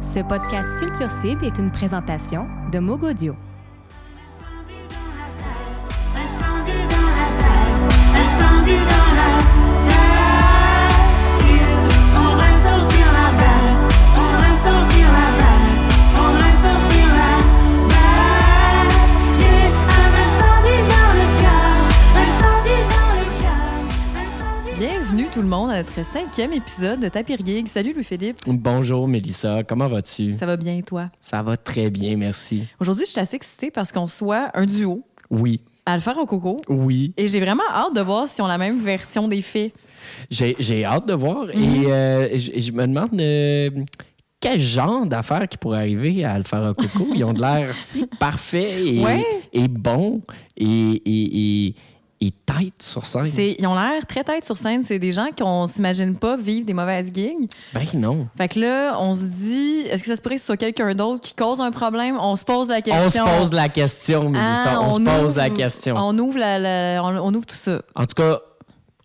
Ce podcast Culture Cible est une présentation de Mogodio. Incendie dans la tête, incendie dans la tête. Ils font ressortir la bête, font ressortir la bête, font ressortir la bête. J'ai un incendie dans le cœur, incendie dans le cœur, incendie. Bienvenue tout le monde à notre cinquième épisode de Tapir Gig. Salut Louis-Philippe, Bonjour Mélissa, comment vas-tu? ça va bien et toi? Ça va très bien, merci. Aujourd'hui, je suis assez excitée parce qu'on soit un duo Oui, à le faire au coco. oui. Et j'ai vraiment hâte de voir si on a la même version des faits. J'ai j'ai hâte de voir et euh, je je me demande euh, quel genre d'affaires qui pourrait arriver à le faire à Coco. Ils ont de l'air si parfaits et, Ouais. et bons et, et, et, et tight sur scène. C'est, ils ont l'air très tête sur scène. C'est des gens qu'on s'imagine pas vivre des mauvaises gigs. Ben non. Fait que là, on se dit, est-ce que ça se pourrait que ce soit quelqu'un d'autre qui cause un problème? On se pose la On se question. pose la question, Mélissa, Ah, on, se pose la ouvre- question. On ouvre, la- la- on, on ouvre tout ça. En tout cas,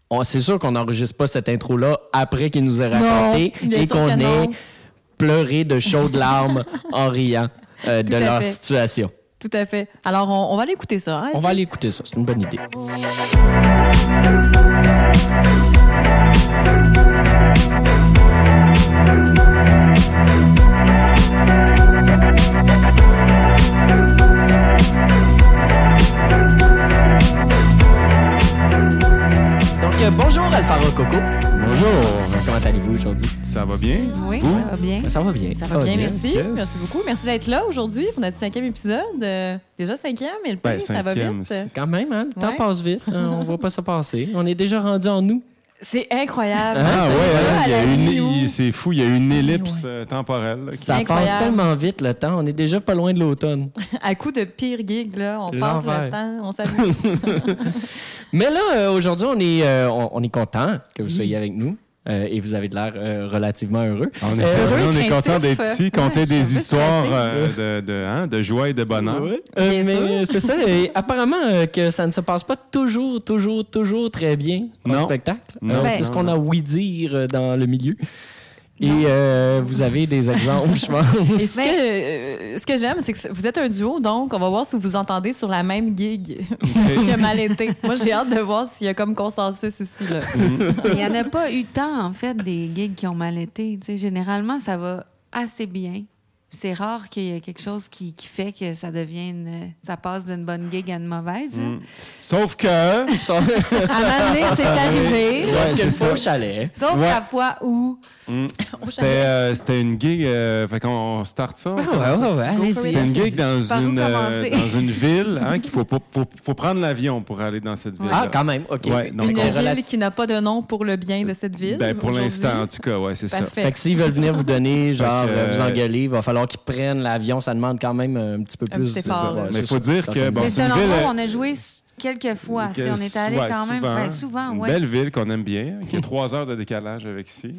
on- c'est sûr qu'on n'enregistre pas cette intro-là après qu'il nous ait raconté Non, bien et sûr qu'on que non. ait pleuré de chaudes larmes en riant euh, de à leur fait. situation. Tout à fait. Alors, on, on va aller écouter ça. hein? On va aller écouter ça, c'est une bonne idée. Donc, euh, bonjour Alpharo Coco. Bonjour. Comment allez-vous aujourd'hui? Ça va bien? Oui, Vous? ça va bien. Eh, Ça va bien. Ça va bien, merci. Ah, yes. Merci beaucoup. Merci d'être là aujourd'hui pour notre cinquième épisode. Euh, déjà cinquième, mais le Ben, prix, ça va cinquième, vite. c'est- Quand même, hein, le temps Ouais. passe vite. hein, on voit pas ça passer. On est déjà rendu en nous. C'est incroyable. Ah ouais, hein, à il y la a une, mi-août. il- c'est fou, il y a une ellipse Ouais. euh, temporelle. là, qui- Ça passe Incroyable. tellement vite le temps. On est déjà pas loin de l'automne. À coup de pire gig, là, on passe le L'envers. temps, on s'amuse. Mais là, euh, aujourd'hui, on est, euh, on, on est content que vous soyez avec nous. euh, et vous avez de l'air euh, relativement heureux. On est, Euh, on heureux, est content craintif. d'être ici, compter Ouais, je des suis un peu histoires stressée. euh, de, de, hein, de joie et de bonheur. Ouais. Euh, Bien mais sûr. euh, c'est ça. et apparemment euh, que ça ne se passe pas toujours, toujours, toujours très bien en Non. spectacle. Non, Euh, Ben- c'est ce non, qu'on non. a ouï dire euh, dans le milieu. Et euh, vous avez des exemples, je pense. Et ce que, euh, ce que j'aime, c'est que vous êtes un duo, donc on va voir si vous vous entendez sur la même gig que mal été. Moi, j'ai hâte de voir s'il y a comme consensus ici. Là. Il n'y en a pas eu tant, en fait, des gigs qui ont mal été. Tu sais, généralement, ça va assez bien. C'est rare qu'il y ait quelque chose qui, qui fait que ça devienne. Ça passe d'une bonne gig à une mauvaise. Mm. hein. Sauf que. Sauf que À un moment donné, c'est Ah, arrivé. le ça. beau chalet. Sauf Ouais. la fois où. hum, C'était euh, c'était une gig, euh, fait qu'on start Ah, ça. on Oh, commence ça. Allez-y. C'était une gig dans Par où une, euh, commencer? dans une ville hein, qu'il faut, pas- faut, faut prendre l'avion pour aller dans cette ville. Ah, quand même, OK. Ouais, donc Une on- ville relative- qui n'a pas de nom pour le bien de cette ville. ben, pour aujourd'hui. l'instant, en tout cas, ouais, c'est ça. Parfait. Fait que s'ils veulent venir vous donner, genre, Fait que, euh, vous euh, engueuler, il va falloir qu'ils prennent l'avion. Ça demande quand même euh, un petit peu Un plus. petit effort, de- là. ouais, Mais c'est faut ça. dire que, bon, C'est c'est un une endroit ville- euh, où on a joué s- quelques fois. Tu sais, on est allé Ouais, quand même souvent, ben, souvent. une ouais. belle ville qu'on aime bien, qui a trois heures de décalage avec ici.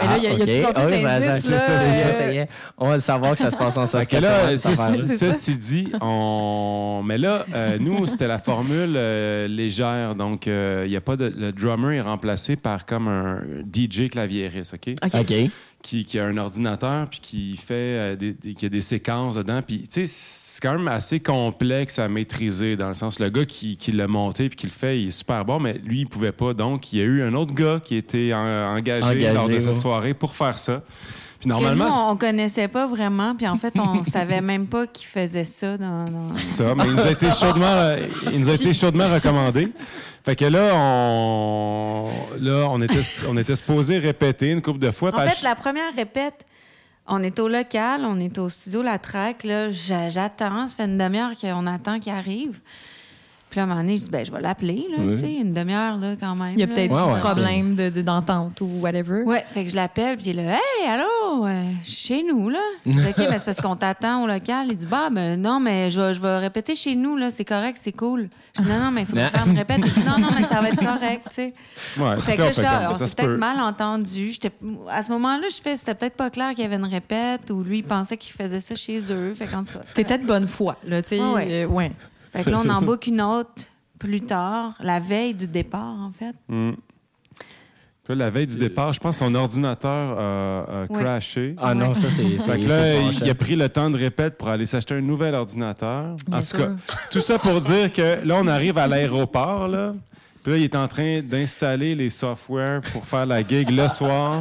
Et là, il y a- il y a de plus en Ah, plus ok. Ah, ça- d'indices, ça- ça- là, c'est ça, euh, ça y est. On va le savoir que ça se passe en Parce que Saskatchewan. là, cette affaire-là. ceci, c'est ça. ceci dit, on... mais là, euh, nous, c'était la formule euh, légère. Donc, euh, il y a pas de... le drummer est remplacé par comme un DJ claviériste, OK? OK. OK. Qui, qui a un ordinateur, puis qui fait euh, des, des- qui a des séquences dedans. Puis, tu sais, c'est quand même assez complexe à maîtriser, dans le sens, le gars qui, qui l'a monté puis qui le fait, il est super bon, mais lui, il pouvait pas. Donc, il y a eu un autre gars qui était en- engagé, Engagé, lors de ouais. cette soirée pour faire ça. Puis, Que normalement, nous, on connaissait pas vraiment, puis en fait, on savait même pas qui faisait ça dans. dans- ça, mais il nous a été chaudement, il nous a été chaudement recommandé. Fait que là, on, là, on était, on était supposé répéter une couple de fois. En parce- fait, la première répète, on est au local, on est au studio La Traque. Là, j'a- j'attends, ça fait une demi-heure qu'on attend qu'il arrive. Puis là, à un moment donné, je dis, ben, je vais l'appeler, là, tu sais, une demi-heure, là, quand même. Il y a là. peut-être Ouais, un ouais, problème de- de- d'entente ou whatever. Ouais, fait que je l'appelle, puis il est là, hey, allô, euh, chez nous, là. Je dis, OK, mais c'est parce qu'on t'attend au local. Il dit, bah, ben, non, mais je, vais- je vais répéter chez nous, là, c'est correct, c'est cool. Je dis, non, non, mais il faut Non. faire une répète. Il dit, non, non, mais ça va être correct, tu sais. Ouais, Fait que là, là, on je fait suis là, comme, ça on s'est se peut-être peut. mal entendu. J'étais- À ce moment-là, je fais, c'était peut-être pas clair qu'il y avait une répète ou lui, il pensait qu'il faisait ça chez eux. Fait qu'en tout cas, c'est T'étais de bonne foi, là, tu sais. Ouais, ouais. euh, ouais. correct. Fait que là, on en book une autre plus tard, la veille du départ, en fait. Mm. Puis là, la veille du départ, je pense que son ordinateur a, a Ouais. crashé. Ah non, ça, c'est. Fait que là, il a pris le temps de répète pour aller s'acheter un nouvel ordinateur. en Bien tout sûr. cas, tout ça pour dire que là, on arrive à l'aéroport, là. Puis là, il est en train d'installer les softwares pour faire la gig le soir.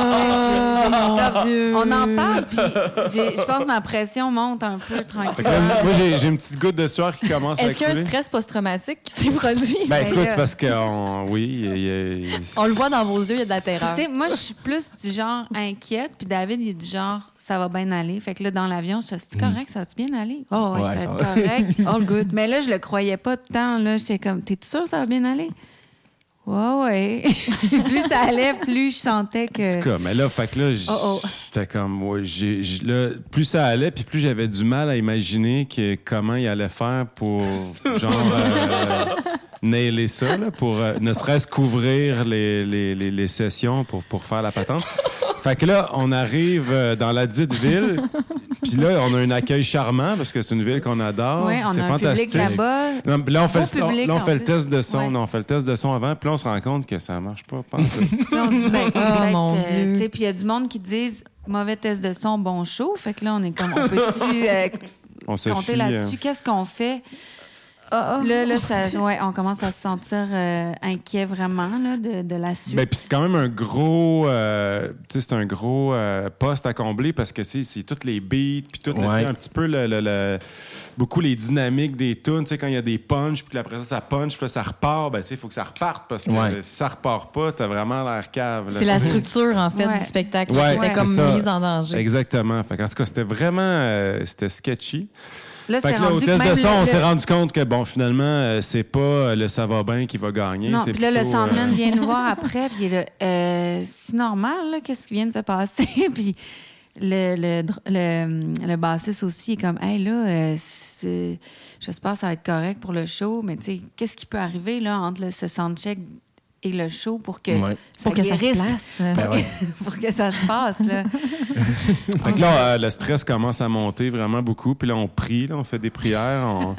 Oh, mon Dieu. On en parle, puis j'ai- je pense que ma pression monte un peu Fait que là, tranquillement. moi, j'ai j'ai une petite goutte de sueur qui commence à Est-ce qu'il y a couler. un stress post-traumatique qui s'est produit? Ben Ben écoute, là. c'est parce que, on- oui, il- il- il- on le voit dans vos yeux, il y a de la terreur. Tu sais, moi, je suis plus du genre inquiète, puis David, il est du genre, ça va bien aller. Fait que là, dans l'avion, je suis c'est correct, ça va-tu bien aller? Oh, ouais, Ouais, ça ça va va. être correct, all good. Mais là, je le croyais pas tant, là. J'étais comme, t'es sûr que ça va bien aller? Ouais, ouais. plus ça allait, plus je sentais En tout que. cas, mais là, fait que là, j- Oh, oh. c'était comme, ouais, j'ai- j- là, plus ça allait, puis plus j'avais du mal à imaginer que comment il allait faire pour, genre, euh, nailer ça, là, pour euh, ne serait-ce couvrir les, les- les- les sessions pour, pour faire la patente. Fait que là, on arrive euh, dans la dite ville, puis là, on a un accueil charmant parce que c'est une ville qu'on adore. Ouais, on c'est a un fantastique. public là-bas. Non, puis là, on fait, le- Beau public, là, on en fait le plus. test de son. Ouais. là, on fait le test de son avant. Puis là, on se rend compte que ça marche pas. pas en tout. Puis on se dit, ben, c'est Oh, peut-être, mon euh, Dieu. tu sais, Puis il y a du monde qui disent mauvais test de son, bon show. Fait que là, on est comme, on peut-tu euh, on se compter fie, là-dessus? euh, Qu'est-ce qu'on fait? Ah, Oh. là, là ça, ouais, on commence à se sentir euh, inquiet vraiment là, de, de la suite. Ben, puis c'est quand même un gros, euh, tu sais, c'est un gros euh, poste à combler parce que tu sais, c'est toutes les beats, puis tout, le- Ouais. tu sais, un petit peu le, le- le- beaucoup les dynamiques des tunes, tu sais, quand il y a des punchs, puis que après ça, ça punch, puis là, ça repart, ben, tu sais, il faut que ça reparte parce que Ouais. euh, si ça repart pas, t'as vraiment l'air cave. là. C'est la structure, en fait, Ouais. du spectacle. Ouais, C'était c'est comme ça. mise en danger. Exactement. Fait en tout cas, c'était vraiment euh, c'était sketchy. là, Fait c'était que là, au rendu que test même de son, le- on s'est le- rendu compte que, bon, finalement, euh, c'est pas euh, le ça va bien qui va gagner. Non, c'est puis là, le plutôt, euh, Sandman vient nous voir après, puis il est là, Euh, c'est normal, là, qu'est-ce qui vient de se passer? puis le, le, dr- le, le bassiste aussi est comme, hey, là, euh, c'est- j'espère que ça va être correct pour le show, mais tu sais, qu'est-ce qui peut arriver, là, entre le- ce soundcheck et le show pour que, Ouais. Pour que ça se guérisse? place. Pour que- pour que ça se passe, là. Fait que là, euh, le stress commence à monter vraiment beaucoup. Puis là, on prie, là, on fait des prières. on-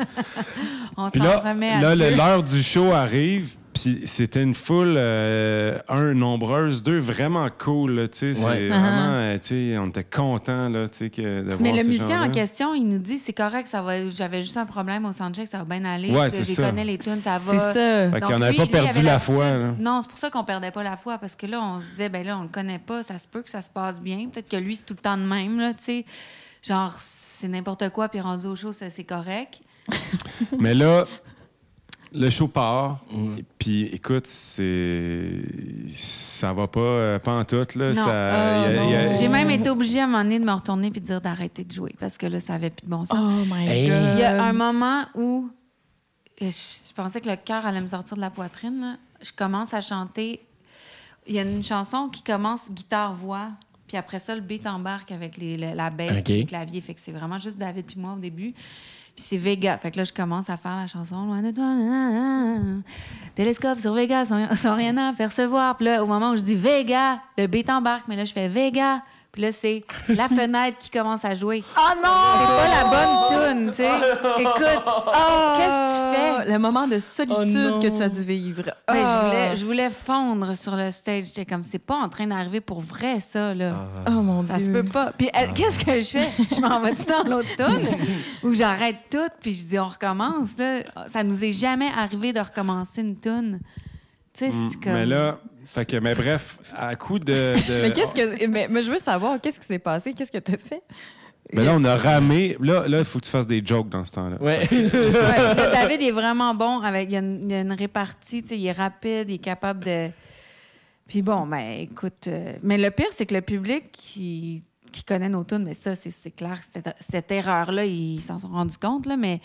On Puis s'en là, remet à là, Dieu. le- l'heure du show arrive. Puis c'était une foule, euh, un, nombreuse, deux, vraiment cool. là, tu sais, c'est Ouais. vraiment, euh, tu sais, on était contents là, tu sais, que, de voir Uh-huh. Mais le ces musicien gens-là. en question, il nous dit c'est correct, ça va. J'avais juste un problème au soundcheck, ça va bien aller. Ouais, je c'est les ça. connais les tunes, ça va. C'est ça. Fait Donc, qu'on n'avait lui- pas lui perdu avait la l'habitude- foi. là. Non, c'est pour ça qu'on perdait pas la foi parce que là on se disait ben là on le connaît pas, ça se peut que ça se passe bien, peut-être que lui c'est tout le temps de même là, tu sais. Genre c'est n'importe quoi puis rendu au show ça c'est correct. Mais là, le show part. Et Puis écoute, c'est ça va pas euh, pas en tout là. Non. Ça- il y a- il y a- J'ai même été obligée à un moment donné de me retourner puis de dire d'arrêter de jouer parce que là ça avait plus de bon sens. Oh my Hey. Il y Euh, a un moment où je, je pensais que le cœur allait me sortir de la poitrine. là. Je commence à chanter. Il y a une chanson qui commence guitare-voix, puis après ça, le beat embarque avec les- le- la baisse OK. et le clavier. Fait que c'est vraiment juste David puis moi au début. Puis c'est Vega. Fait que là, je commence à faire la chanson Loin de toi. nan, nan. Télescope sur Vega sans, sans rien à percevoir. Puis là, au moment où je dis Vega, le beat embarque, mais là, je fais Vega. Puis là, c'est la fenêtre qui commence à jouer. Oh non! C'est pas la bonne tune, tu sais. Écoute, qu'est-ce que tu fais? Ah! Le moment de solitude Oh non. que tu as dû vivre. Ben, Ah. je, voulais, je voulais fondre sur le stage. J'étais comme, c'est pas en train d'arriver pour vrai, ça, là. Ah. Oh mon ça Dieu. se peut pas. Puis euh, qu'est-ce que je fais? Je m'en vais-tu dans l'autre tune ou j'arrête tout, puis je dis, on recommence, là. Ça nous est jamais arrivé de recommencer une tune. Tu sais, c'est comme... Mm, Mais là, fait que, mais bref, à coup de. de- Mais qu'est-ce que. Mais, mais je veux savoir, qu'est-ce qui s'est passé? Qu'est-ce que tu as fait? Mais là, on a ramé. Là, là, il faut que tu fasses des jokes dans ce temps-là. Ouais. Ouais, là, David est vraiment bon avec. Il y a une, il y a une répartie, tu sais, il est rapide, il est capable de. Puis bon, ben écoute. euh, mais le pire, c'est que le public qui, qui connaît nos tunes, mais ça, c'est- c'est clair, que cette, cette erreur-là, ils s'en sont rendus compte, là, mais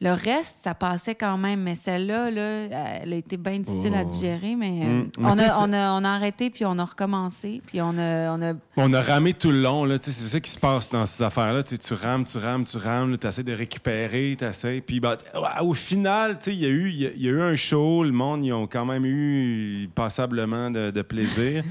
le reste, ça passait quand même. Mais celle-là, là, elle a été bien difficile à digérer, mais Oh. euh, Mm. Mais on, tu sais, a, on, a, on a arrêté, puis on a recommencé, puis on a. On a On a ramé tout le long. là, tu sais, C'est ça qui se passe dans ces affaires-là. Tu sais, tu rames, tu rames, tu rames. Tu essaies de récupérer, tu essaies. Puis bah, t- ouais, au final, tu sais, il y, a eu- il y a- il y a eu un show. Le monde, ils ont quand même eu passablement de, de plaisir.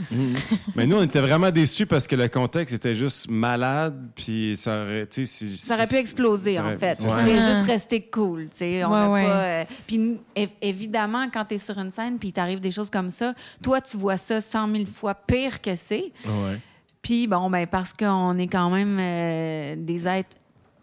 Mais nous, on était vraiment déçus parce que le contexte était juste malade. Puis ça aurait, tu sais, si- ça aurait si- pu exploser, ça en aurait- fait. ça aurait- C'est juste resté cool. tu sais, on Ouais, a ouais. pas, euh, Puis n- é- évidemment, quand tu es sur une scène puis il t'arrive des choses comme ça, toi, tu vois ça 100 000 fois pire que c'est. Ouais. Puis bon, ben parce qu'on est quand même euh, des êtres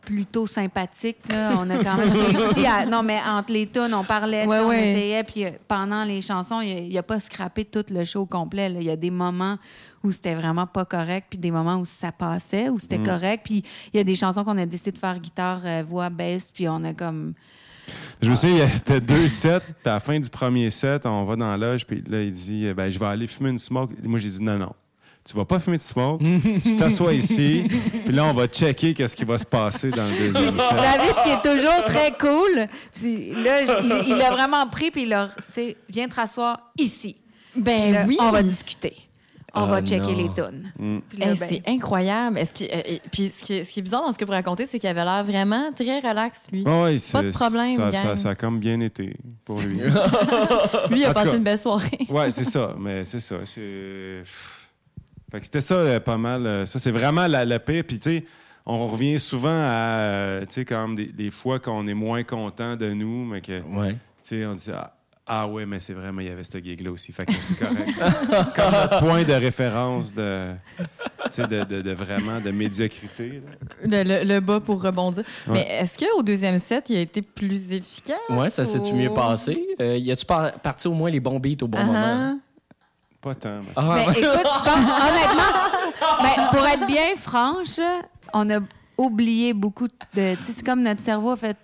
plutôt sympathiques, là. on a quand même réussi à... Non, mais entre les tunes, on parlait, Ouais, on ouais. essayait, puis euh, pendant les chansons, il n'y a, pas scrappé tout le show au complet. là. Il y a des moments où c'était vraiment pas correct, puis des moments où ça passait, où c'était correct. Puis il y a des chansons qu'on a décidé de faire guitare, euh, voix, basse, puis on a comme... Je me souviens, il y a- c'était deux sets. Puis à la fin du premier set, on va dans la loge. Puis là, il dit ben, Je vais aller fumer une smoke. Moi, j'ai dit Non, non. Tu vas pas fumer de smoke. tu t'assois ici. Puis là, on va checker qu'est-ce qui va se passer dans le deuxième set. David qui est toujours très cool, puis là, j- il, il a vraiment pris, puis il a... Tu sais, viens te rasseoir ici. Ben Là, oui. Euh, On va discuter. On Ah, va checker non. les tonnes. Mm. Hey, Eh, ben, c'est incroyable. Est-ce qu'il- euh, et- puis ce qui, est- ce qui est bizarre dans ce que vous racontez, c'est qu'il avait l'air vraiment très relax, lui. Ouais, ouais, Pas de c'est- problème, Ça, gang. ça- ça a comme bien été pour lui. Lui, il En a tout passé cas. une belle soirée. Ouais, c'est ça. Mais c'est ça. c'est- Fait que c'était ça, euh, pas mal. euh, Ça, c'est vraiment la, la pire. Puis, tu sais, on revient souvent à, euh, tu sais, comme des, des fois qu'on est moins content de nous, mais que, tu Ouais. sais, on dit, ah, ah ouais, mais c'est vrai, mais il y avait ce gig-là aussi. Fait que c'est correct. c'est comme notre point de référence de, tu sais, de, de- de vraiment de médiocrité. là. Le, le- le bas pour rebondir. Ouais. Mais est-ce qu'au deuxième set, il a été plus efficace? Ouais, ça s'est-tu ou- mieux passé? Euh, y a-tu par- parti au moins les bons beats au bon Ah, moment? Pas tant. mais- Ah, Mais ouais. ben, écoute, je pense, honnêtement, ben, pour être bien franche, on a oublié beaucoup de. tu sais, C'est comme notre cerveau, en fait,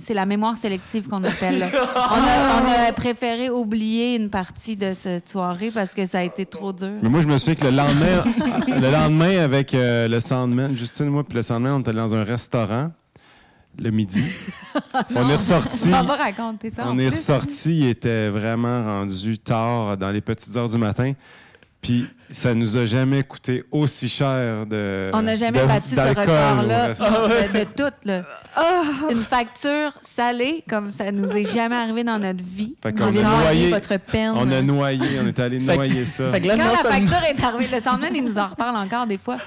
c'est la mémoire sélective qu'on appelle. là. On a, on a préféré oublier une partie de cette soirée parce que ça a été trop dur. Mais moi, je me souviens que le lendemain, le lendemain avec euh, le Sandman, Justine, moi, puis le Sandman, on était dans un restaurant le midi. on est ressorti. On va raconter ça. en On est plus. hein. ressorti. Il était vraiment rendu tard dans les petites heures du matin. Puis ça nous a jamais coûté aussi cher de. On n'a jamais de- battu ce d'alcool au record-là restaurant. de, de tout. là. Ah! Une facture salée, comme ça nous est jamais arrivé dans notre vie. Fait Vous qu'on avez a noyé noyé. votre peine. On a noyé. On est allé Fait que- noyer ça. Fait que là, Quand non la seulement- facture est arrivée, le Sandman, il nous en reparle encore des fois.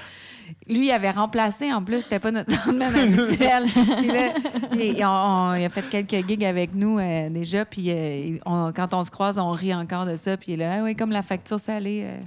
Lui, il avait remplacé, en plus, c'était pas notre Sandman habituel. Puis là, il, on- on- il a fait quelques gigs avec nous euh, déjà, puis euh, on- quand on se croise, on rit encore de ça, puis il est là, ah oui, comme la facture salée. euh.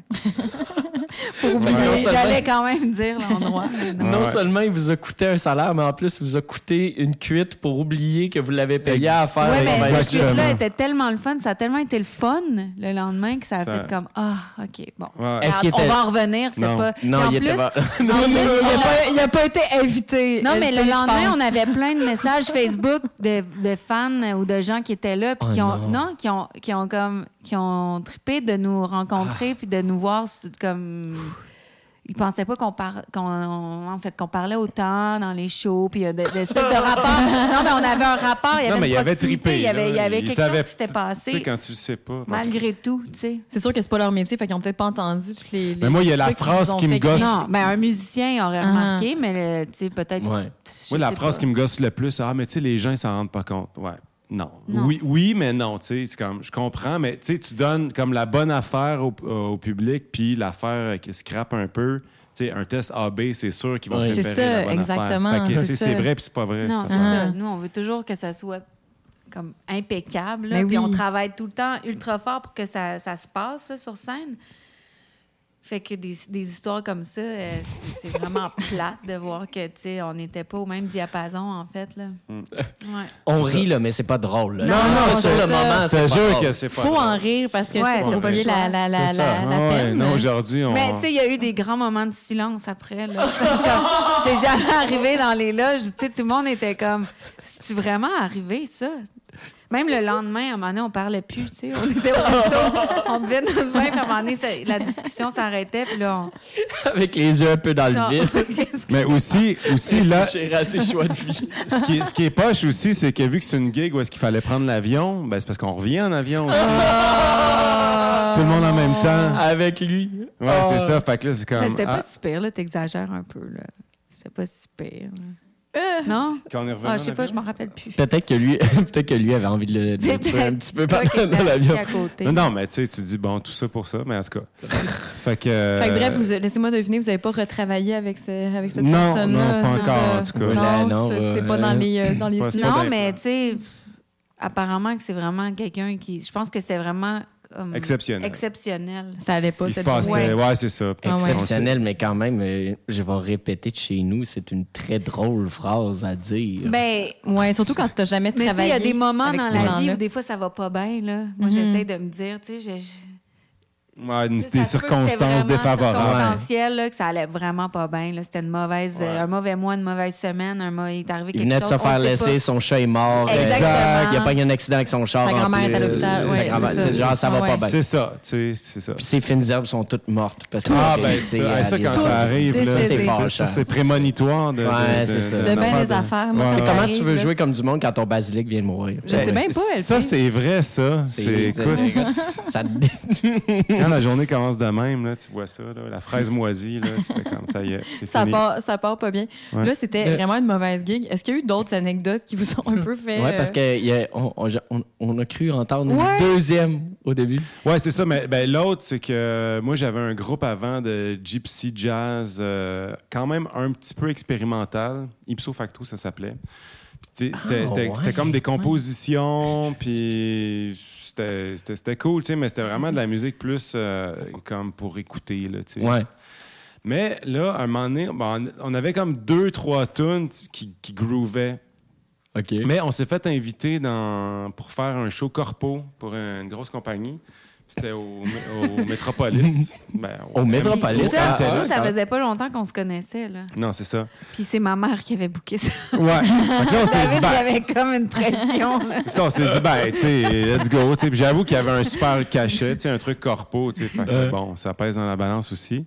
Pour oublier. Ouais. Ben, Non seulement- J'allais quand même dire l'endroit. mais non. Non Ouais. seulement il vous a coûté un salaire, mais en plus, il vous a coûté une cuite pour oublier que vous l'avez payé à faire. Ouais, les mais Exactement. ce vaches. gig-là était tellement le fun, ça a tellement été le fun le lendemain que ça a Ça- fait comme Ah, OK, bon. Ouais. Est-ce qu'il On était- va en revenir, c'est Non. pas. non, Puis en il était plus, pas- Non, en Ah, il plus, on a- n'a pas, été invité. Non, mais invité, le je lendemain, pense. on avait plein de messages Facebook de, de fans euh, ou de gens qui étaient là, puis Ah, Oh qui ont, non. non. qui ont, qui ont comme, qui ont trippé de nous Ah. rencontrer, puis de nous voir c'est comme. Ils pensaient pas qu'on par... qu'on en fait qu'on parlait autant dans les shows puis il y a de, d'espèces de rapport. Non mais on avait un rapport, il y avait Non, mais une il avait proximité, trippé. il y avait, là. il y avait quelque savait- chose qui s'était Tu sais, passé quand tu le sais pas. malgré tout, tu sais. C'est sûr que c'est pas leur métier, fait qu'ils ont peut-être pas entendu toutes les. les Mais moi, il y a la trucs qu'ils phrase ont qui me fait- gosse. Non, ben un musicien aurait Ah. remarqué, mais le- tu sais peut-être. Ouais. je Moi, la sais phrase pas. qui me gosse le plus, c'est Ah, mais tu sais, les gens, ils s'en rendent pas compte. Ouais. Non. Non. Oui, oui, mais non. Tu sais, c'est comme, je comprends, mais tu sais, tu donnes comme la bonne affaire au, au public, puis l'affaire euh, qui scrape un peu. Tu sais, un test AB, c'est sûr qu'ils vont Oui. préférer C'est ça, la bonne exactement, affaire. Fait que, c'est tu ça. sais, c'est vrai, puis c'est pas vrai. Non, cette c'est affaire. ça. Nous, on veut toujours que ça soit comme impeccable. là. Mais Puis oui. on travaille tout le temps ultra fort pour que ça, ça se passe là, sur scène. Fait que des, des histoires comme ça, euh, c'est c'est vraiment plate de voir que, tu sais, on n'était pas au même diapason, en fait, là. Ouais. On rit, là, mais c'est pas drôle. là. Non, Pas non, sur c'est le ça. moment, Je te c'est pas jure drôle. que c'est pas Faut drôle. en rire parce que Ouais, c'est t'as pour pas payer le choix. la, la, la, C'est ça. la, la Ah ouais, peine. non, aujourd'hui, on. Mais tu sais, il y a eu des grands moments de silence après. là. C'est comme- C'est jamais arrivé dans les loges. Tu sais, tout le monde était comme, c'est vraiment arrivé ça. Même le lendemain, à un moment donné, on parlait plus. Tu sais, on était au resto, on buvait notre vin, puis à un moment donné, ça- la discussion s'arrêtait, puis là, Avec les yeux un peu dans on. genre, le vide. qu'est-ce que- mais aussi, aussi là, J'ai assez choix de vie. ce qui, est- ce qui est poche aussi, c'est que vu que c'est une gig où est-ce qu'il fallait prendre l'avion, ben c'est parce qu'on revient en avion aussi. Tout le monde en même temps. Avec lui. Oh. Ouais, Ah. c'est ça. Fait que là, c'est comme. Mais c'était euh, ah, pas si pire, là, t'exagères un peu, là. C'était pas si pire. là. Non? Quand on est revenu. Ah, en je sais pas, je avion? m'en rappelle plus. Peut-être que lui, peut-être que lui avait envie de le de le C'est tuer un peut-être petit peu Toi qui pendant étais dans l'avion. assis à côté. Non, non, mais tu sais, tu dis, bon, tout ça pour ça, mais en tout cas. fait que. euh, Fait que bref, vous- laissez-moi deviner, vous n'avez pas retravaillé avec, ce- avec cette Non, personne-là. non, pas c'est encore, ça? en tout cas. Voilà, Non, non, c'est- c'est bah, pas dans euh, les, euh, dans c'est les pas- c'est yeux. pas Non, d'implant. mais tu sais, apparemment que c'est vraiment quelqu'un qui. Je pense que c'est vraiment. comme, Exceptionnel. exceptionnel. Ça allait pas, euh, Il se cette passait. journée. Ouais, c'est ça. peut-être Ah ouais. qu'on le sait. Exceptionnel, mais quand même, euh, je vais répéter de chez nous, c'est une très drôle phrase à dire. Ben, Ouais, surtout quand t'as jamais mais tu sais, il travaillé. y a des moments avec dans ces la gens-là. vie où des fois ça va pas bien, là. Moi, j'essaie de me dire, tu sais, je- je- Ouais, une- tu sais, des ça se peut que c'était circonstances vraiment défavorables. circonstanciel, là, que ça allait vraiment pas bien, là. C'était une mauvaise, euh, un mauvais mois, une mauvaise semaine, un mois, il est arrivé il quelque venait de chose. se on faire sait laisser, pas. son chat est mort. euh, Exactement. Il a pas eu un accident avec son char. Sa en grand-mère est à plus. l'hôpital, Sa ouais, grand-mère- c'est ça. genre, ça va Ouais. pas bien. C'est ça, tu sais, c'est ça. Puis ces fines herbes sont toutes mortes. Parce que Ah, ben ça, ça, quand ça arrive, Tout là, décédé. c'est- fâchant. ça, c'est prémonitoire de. Ouais, c'est ça. De bien affaire des affaires, moi, Ouais. tu Tu sais, Ça comment tu arrive, veux là. jouer comme du monde quand ton basilic vient de mourir? Je sais bien pas, elle. Ça, c'est vrai, ça. C'est écoute, ça te quand la journée commence de même, là, tu vois ça, là, la fraise moisie, là, tu fais comme ça, y est, c'est Ça fini. part, ça part pas bien. Ouais. Là, c'était Mais- vraiment une mauvaise gig. Est-ce qu'il y a eu d'autres anecdotes qui vous ont un peu fait. Ouais, parce euh, qu'on on, on- on a cru entendre Ouais. une deuxième au début. Ouais, c'est ça. Mais ben, l'autre, c'est que euh, moi, j'avais un groupe avant de gypsy jazz, euh, quand même un petit peu expérimental. Ipso facto, ça s'appelait. Puis, tu sais, C'était Ah, c'était- ouais. c'était comme des compositions, puis c'était- c'était c'était cool, tu sais, mais c'était vraiment de la musique plus euh, comme pour écouter. Là, tu sais. Ouais. Mais là, à un moment donné, ben, on avait comme deux, trois tunes qui, qui groovaient. OK. Mais on s'est fait inviter dans, pour faire un show corpo pour une grosse compagnie. C'était au, au Métropolis. Ben, Au Métropolis. Puis ça, Ah, nous, ouais, ça ça- faisait pas longtemps qu'on se connaissait, là. Non, c'est ça. Puis c'est ma mère qui avait booké ça. Ouais. Fait que là, on s'est dit, David, ben, j'avais comme une pression, là. ça, on s'est dit, ben, tu sais, let's go. tu sais. Puis J'avoue qu'il y avait un super cachet, tu sais, un truc corpo. tu sais. Fait que, bon, ça pèse dans la balance aussi.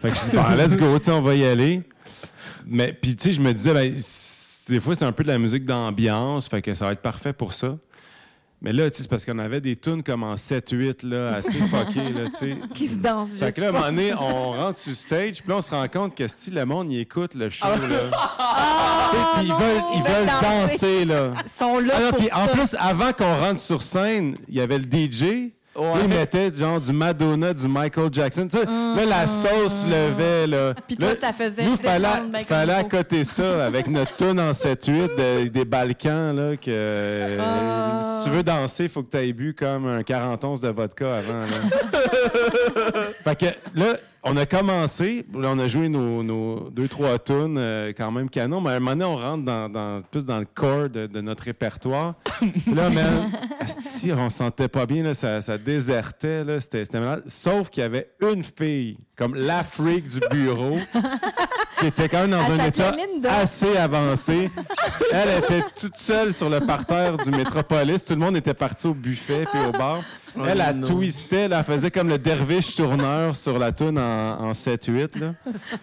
Fait que je dis, ben, let's go, tu sais, on va y aller. Mais puis, tu sais, je me disais, ben, c- des fois, c'est un peu de la musique d'ambiance, fait que ça va être parfait pour ça. Mais là, tu sais, c'est parce qu'on avait des tunes comme en 7-8, là, assez fuckées, là, tu sais. Qui se danse juste. Fait que là, à un pas. moment donné, on rentre sur le stage, puis là, on se rend compte que si le monde, il écoute le show, là. Tu sais, puis ils veulent, Ah, ils veulent danser, là. Ah! sont là Ah non, pour puis ça. en plus, avant qu'on rentre sur scène, il y avait le DJ. Là, Il mettait genre du Madonna, du Michael Jackson. Tu sais, là, la sauce levait. Là. Ah. Puis toi, Là, t'as faisais Nous, descendre ben, fallait, Michael fallait Jackson. accoter ça avec notre tune en 7-8 de- des Balkans. Là, que, euh, Ah. Si tu veux danser, il faut que tu aies bu comme un 40 onces de vodka avant. Là. fait que là, on a commencé. Là, on a joué nos, nos deux, trois tunes euh, quand même canon. Mais à un moment donné, on rentre dans, dans- plus dans le corps de, de notre répertoire. Puis là, man, asti, on sentait pas bien. Là, ça, ça désertait. Là, c'était, c'était malade. Sauf qu'il y avait une fille, comme la freak du bureau, qui était quand même dans Elle un état s'appelait Linda. assez avancé. Elle était toute seule sur le parterre du métropolis. Tout le monde était parti au buffet puis au bar. Elle, a non. twisté, elle, elle faisait comme le derviche tourneur sur la toune en, en 7-8. là.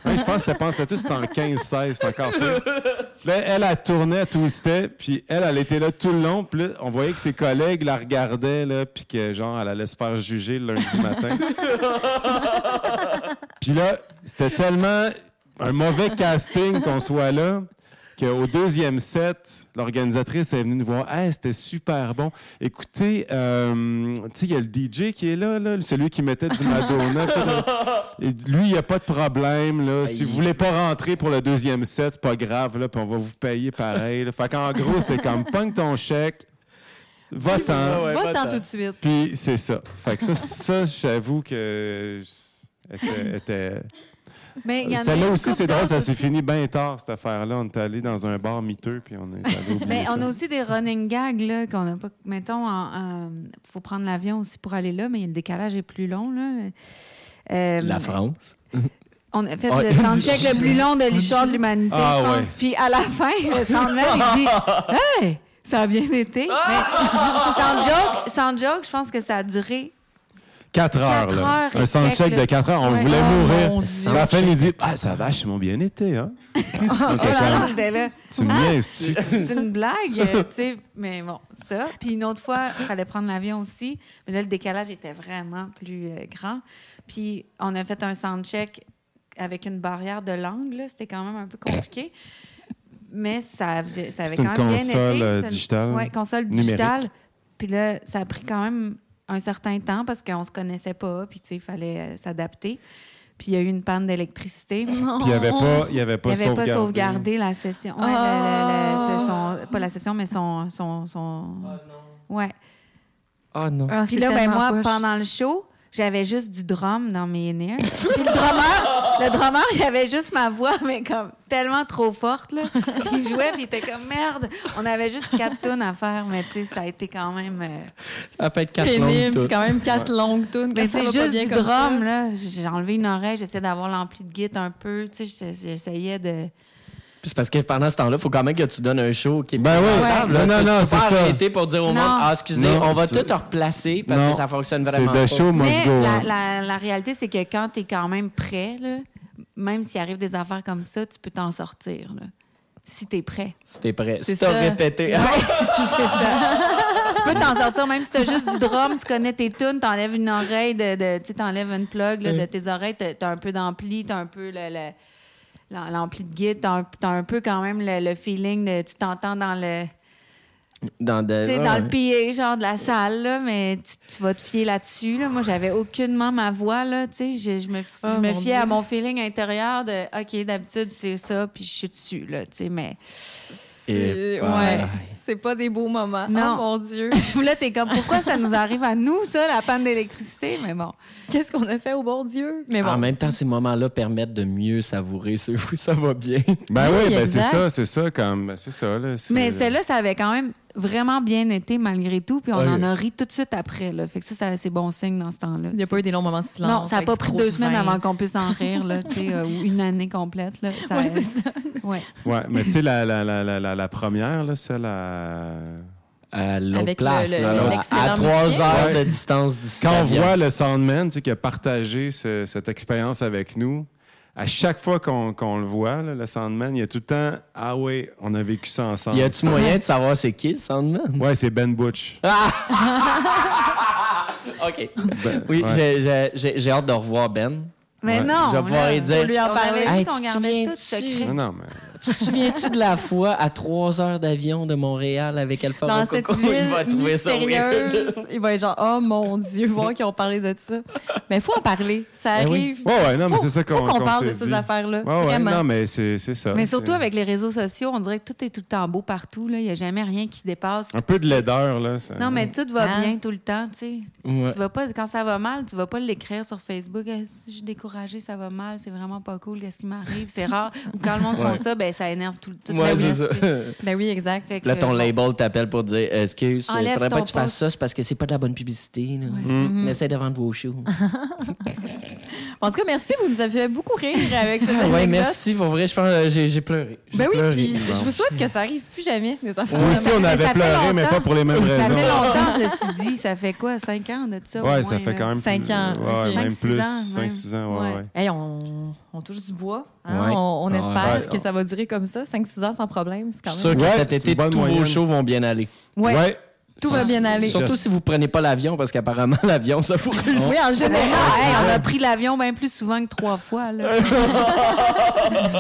Ouais, je pense que c'était pas en 7-8, c'était en 15-16, c'est encore pire. Là, elle, elle tournait, elle twistait, puis elle, elle était là tout le long. Puis là, on voyait que ses collègues la regardaient, là, puis que, genre, elle allait se faire juger le lundi matin. Puis là, c'était tellement un mauvais casting qu'on soit là qu'au deuxième set, l'organisatrice est venue nous voir. Hey, c'était super bon. Écoutez, euh, tu sais, il y a le DJ qui est là, là, celui qui mettait du Madonna. Et lui, il n'y a pas de problème. Là. Si vous voulez pas rentrer pour le deuxième set, c'est pas grave, là, puis on va vous payer pareil. là. Fait qu'en gros, c'est comme pogne ton chèque, va-t'en. Va-t'en tout de suite. Puis c'est ça. Fait que ça, ça j'avoue que je- était- était Mais il y en a celle-là une aussi, couple c'est drôle, ça d'autres s'est aussi. fini bien tard, cette affaire-là. On est allé dans un bar miteux, puis on est allé oublier Mais Ben, ça. Ben, on a aussi des running gags là qu'on n'a pas. Mettons, en- en- faut prendre l'avion aussi pour aller là, mais le décalage est plus long là. Euh, La France. On a fait Ah, le soundcheck le plus long de l'histoire de l'humanité, Ah, je pense. ouais. Puis à la fin, le soundman, il dit Hey, ça a bien été. Mais, sans, joke, sans joke, je pense que ça a duré. 4 heures, Quatre là. heures et un soundcheck quelques, de 4 heures. On Ouais. voulait Oh, mon mourir. Dieu. La fin nous dit Ah, ça va, c'est mon bien-été, hein. Oh Ok, là là, quand- on était là. Tu me niaises-tu? C'est une blague, euh, tu sais. Mais bon, ça. Puis une autre fois, il fallait prendre l'avion aussi. Mais là, le décalage était vraiment plus euh, grand. Puis on a fait un soundcheck avec une barrière de langue. là. C'était quand même un peu compliqué. mais ça, avait- ça avait C'est quand une même bien été. console, euh, C'est- digitale, Ouais, console numérique. digitale. Puis là, ça a pris quand même un certain temps parce qu'on se connaissait pas, puis tu sais, il fallait euh, s'adapter. Puis il y a eu une panne d'électricité. Puis il n'y avait pas, il y avait Il pas n'y avait pas sauvegardé. sauvegardé la session. Ouais, le- le- le- Ah! c'est son- pas la session, mais son. son, son... Ouais. Ah non. Ah, Puis c'est là, ben, tellement moi, poche. pendant le show, j'avais juste du drum dans mes nerfs. Puis le drummer, le drummer, il avait juste ma voix, mais comme tellement trop forte, là. Il jouait, puis il était comme merde. On avait juste quatre tonnes à faire, mais tu sais, ça a été quand même. euh, Ça peut être quatre Pénible, langues, c'est tout. quand même quatre longues tunes. Mais quand ça va c'est pas juste bien du comme ça. drum, là. J'ai enlevé une oreille, j'essayais d'avoir l'ampli de guitare un peu. Tu sais, j'essa- j'essayais de. Puis C'est parce que pendant ce temps-là, il faut quand même que tu donnes un show qui est Ben oui. présentable, Ouais. là. Non, Tu peux non, non, pas c'est ça. arrêter pour dire au Non. monde, ah, excusez, Non, on va c'est- tout replacer parce Non, que ça fonctionne vraiment C'est pas. de show, must Mais go. la, hein. la- la réalité, c'est que quand tu es quand même prêt, là, même s'il arrive des affaires comme ça, tu peux t'en sortir. là. Si tu es prêt. Si t'es prêt. C'est Si t'as ça. répété. tu peux t'en sortir même si tu as juste du drum, tu connais tes tunes, tu enlèves une oreille, de, de- tu sais, t'enlèves une plug là, de tes oreilles, tu as un peu d'ampli, tu un peu le- le- l'am- l'ampli de guide, tu as, un peu quand même le, le feeling de tu t'entends dans le Dans, de- tu sais, ouais, dans le ouais. PA genre de la salle là, mais tu, tu vas te fier là-dessus là. Moi, j'avais aucunement ma voix là, tu sais, je, je me, f- Ah, je me mon fiais à Dieu. mon feeling intérieur de OK, d'habitude c'est ça puis je suis dessus là, tu sais, mais Et C'est- voilà. Ouais. C'est pas des beaux moments. Oh Non. mon Dieu. là t'es comme pourquoi ça nous arrive à nous ça la panne d'électricité, mais bon. Qu'est-ce qu'on a fait au bon Dieu? Mais bon. En même temps, ces moments-là permettent de mieux savourer ce où ça va bien. Ben oui, Oui, ben c'est exact. ça, c'est ça, comme, ben c'est ça, là. c'est- Mais celle-là, ça avait quand même vraiment bien été malgré tout, puis on Ouais. en a ri tout de suite après. Là. Fait que ça, ça c'est bon signe dans ce temps-là. Il n'y a pas eu des longs moments de silence. non, ça n'a avec pas pris trop deux de semaines vin. avant qu'on puisse en rire, là, tu sais, euh, ou une année complète. Là. Ça, Ouais, c'est ça. ouais. Ouais, mais tu sais, la, la, la, la, la, la première, là, celle à. À l'autre Avec place, le- le- là, là, l'excellent à trois musicien. heures Ouais. de distance d'ici. Quand on l'avion. voit le Soundman, tu sais, qui a partagé ce- cette expérience avec nous, à chaque fois qu'on qu'on le voit, là, le Soundman, il y a tout le temps Ah ouais, on a vécu ça ensemble. Y a-tu Ah, moyen de savoir c'est qui le Sandman? Ouais, c'est Ben Butch. OK. Ben, Oui, ouais. j'ai- j'ai- j'ai j'ai hâte de revoir Ben. Mais Ouais. non, Je vais pouvoir là, y dire- on lui en parler. Hey, qu'on tu te gardait tout souviens-tu? secret. Non, Ah, non, mais. Tu te souviens-tu de la fois à trois heures d'avion de Montréal avec Alpha Dans cette Rococo? ville il va trouver ça weird. mystérieuse, il va être genre, oh mon Dieu, voir qu'ils ont parlé de ça. Mais il faut en parler. Ça Ben oui. arrive. Ouais, ouais, non, mais Faut- c'est ça qu'on faut qu'on qu'on parle s'est de ces dit. affaires-là. Ouais, ouais, Vraiment. non, mais c'est c'est ça. Mais c'est- surtout avec les réseaux sociaux, on dirait que tout est tout le temps beau partout. là. Il n'y a jamais rien qui dépasse. Ah, Un peu de laideur, là. ça- Non, mais tout va Hein? bien tout le temps, tu sais. Ouais. Tu vas pas, quand ça va mal, tu vas pas l'écrire sur Facebook. Ah, Je suis découragée, ça va mal, c'est vraiment pas cool, qu'est-ce qui m'arrive, c'est rare. Ou quand le monde Ouais. fait ça, ben ça énerve tout, tout Ouais, le c'est reste. ça. tu sais. Ben oui, exact. Fait que, Là, ton bon. label t'appelle pour te dire Excuse, il Enlève faudrait pas ton que tu fasses post. ça, c'est parce que c'est pas de la bonne publicité. Là. Mm-hmm. Essaie de vendre vos shows. En tout cas, merci, vous nous avez fait beaucoup rire avec cette ouais, anecdote. merci. Pour vrai, je pense euh, j'ai j'ai pleuré. J'ai Ben oui, pleuré. puis Bon. je vous souhaite que ça arrive plus jamais, les enfants. Nous aussi, on Mais ça avait fait pleuré, mais longtemps. pas pour les mêmes Ça raisons. fait longtemps, ceci dit, ça fait quoi, 5 ans de ça? au Ouais, ça moins, fait là? quand même. Cinq plus- ans, Ouais, ok. même Cinq, six plus. ans, 5-6 ans, ouais, Ouais. ouais. Hey, on, on touche du bois. hein? Ouais. On, on Ouais. espère Ouais. que ça va durer comme ça, 5-6 ans sans problème. C'est Je quand suis même. sûr que Ouais, cet c'est été, une bonne tous vos moyenne. shows vont bien aller. Ouais, Ouais. tout va bien aller. Surtout si vous prenez pas l'avion, parce qu'apparemment, l'avion, ça vous réussit. Oui, en Mais non, général. hey, on a pris l'avion bien plus souvent que trois fois. Là.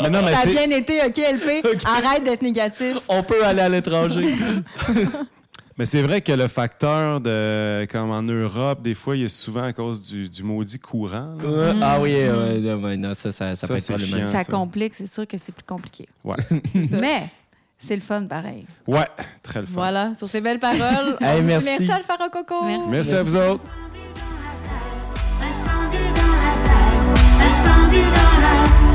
Mais non, mais Ça a c'est- bien été, OK, LP. Arrête d'être négatif. On peut aller à l'étranger. Mais c'est vrai que le facteur de comme en Europe, des fois, il est souvent à cause du, du maudit courant. là. Euh, Ah oui, Mm. euh, non, ouais, non, ça, ça, ça Ça, peut être c'est problématique. chiant. ça ça. complique, c'est sûr que c'est plus compliqué. Ouais. Mais c'est le fun pareil. Ouais, très le fun. Voilà, sur ces belles paroles. Hey, on vous dit merci. merci à Alpharo Coco. Merci. Merci à vous autres. Incendie dans la tête, incendie dans la tête, incendie dans la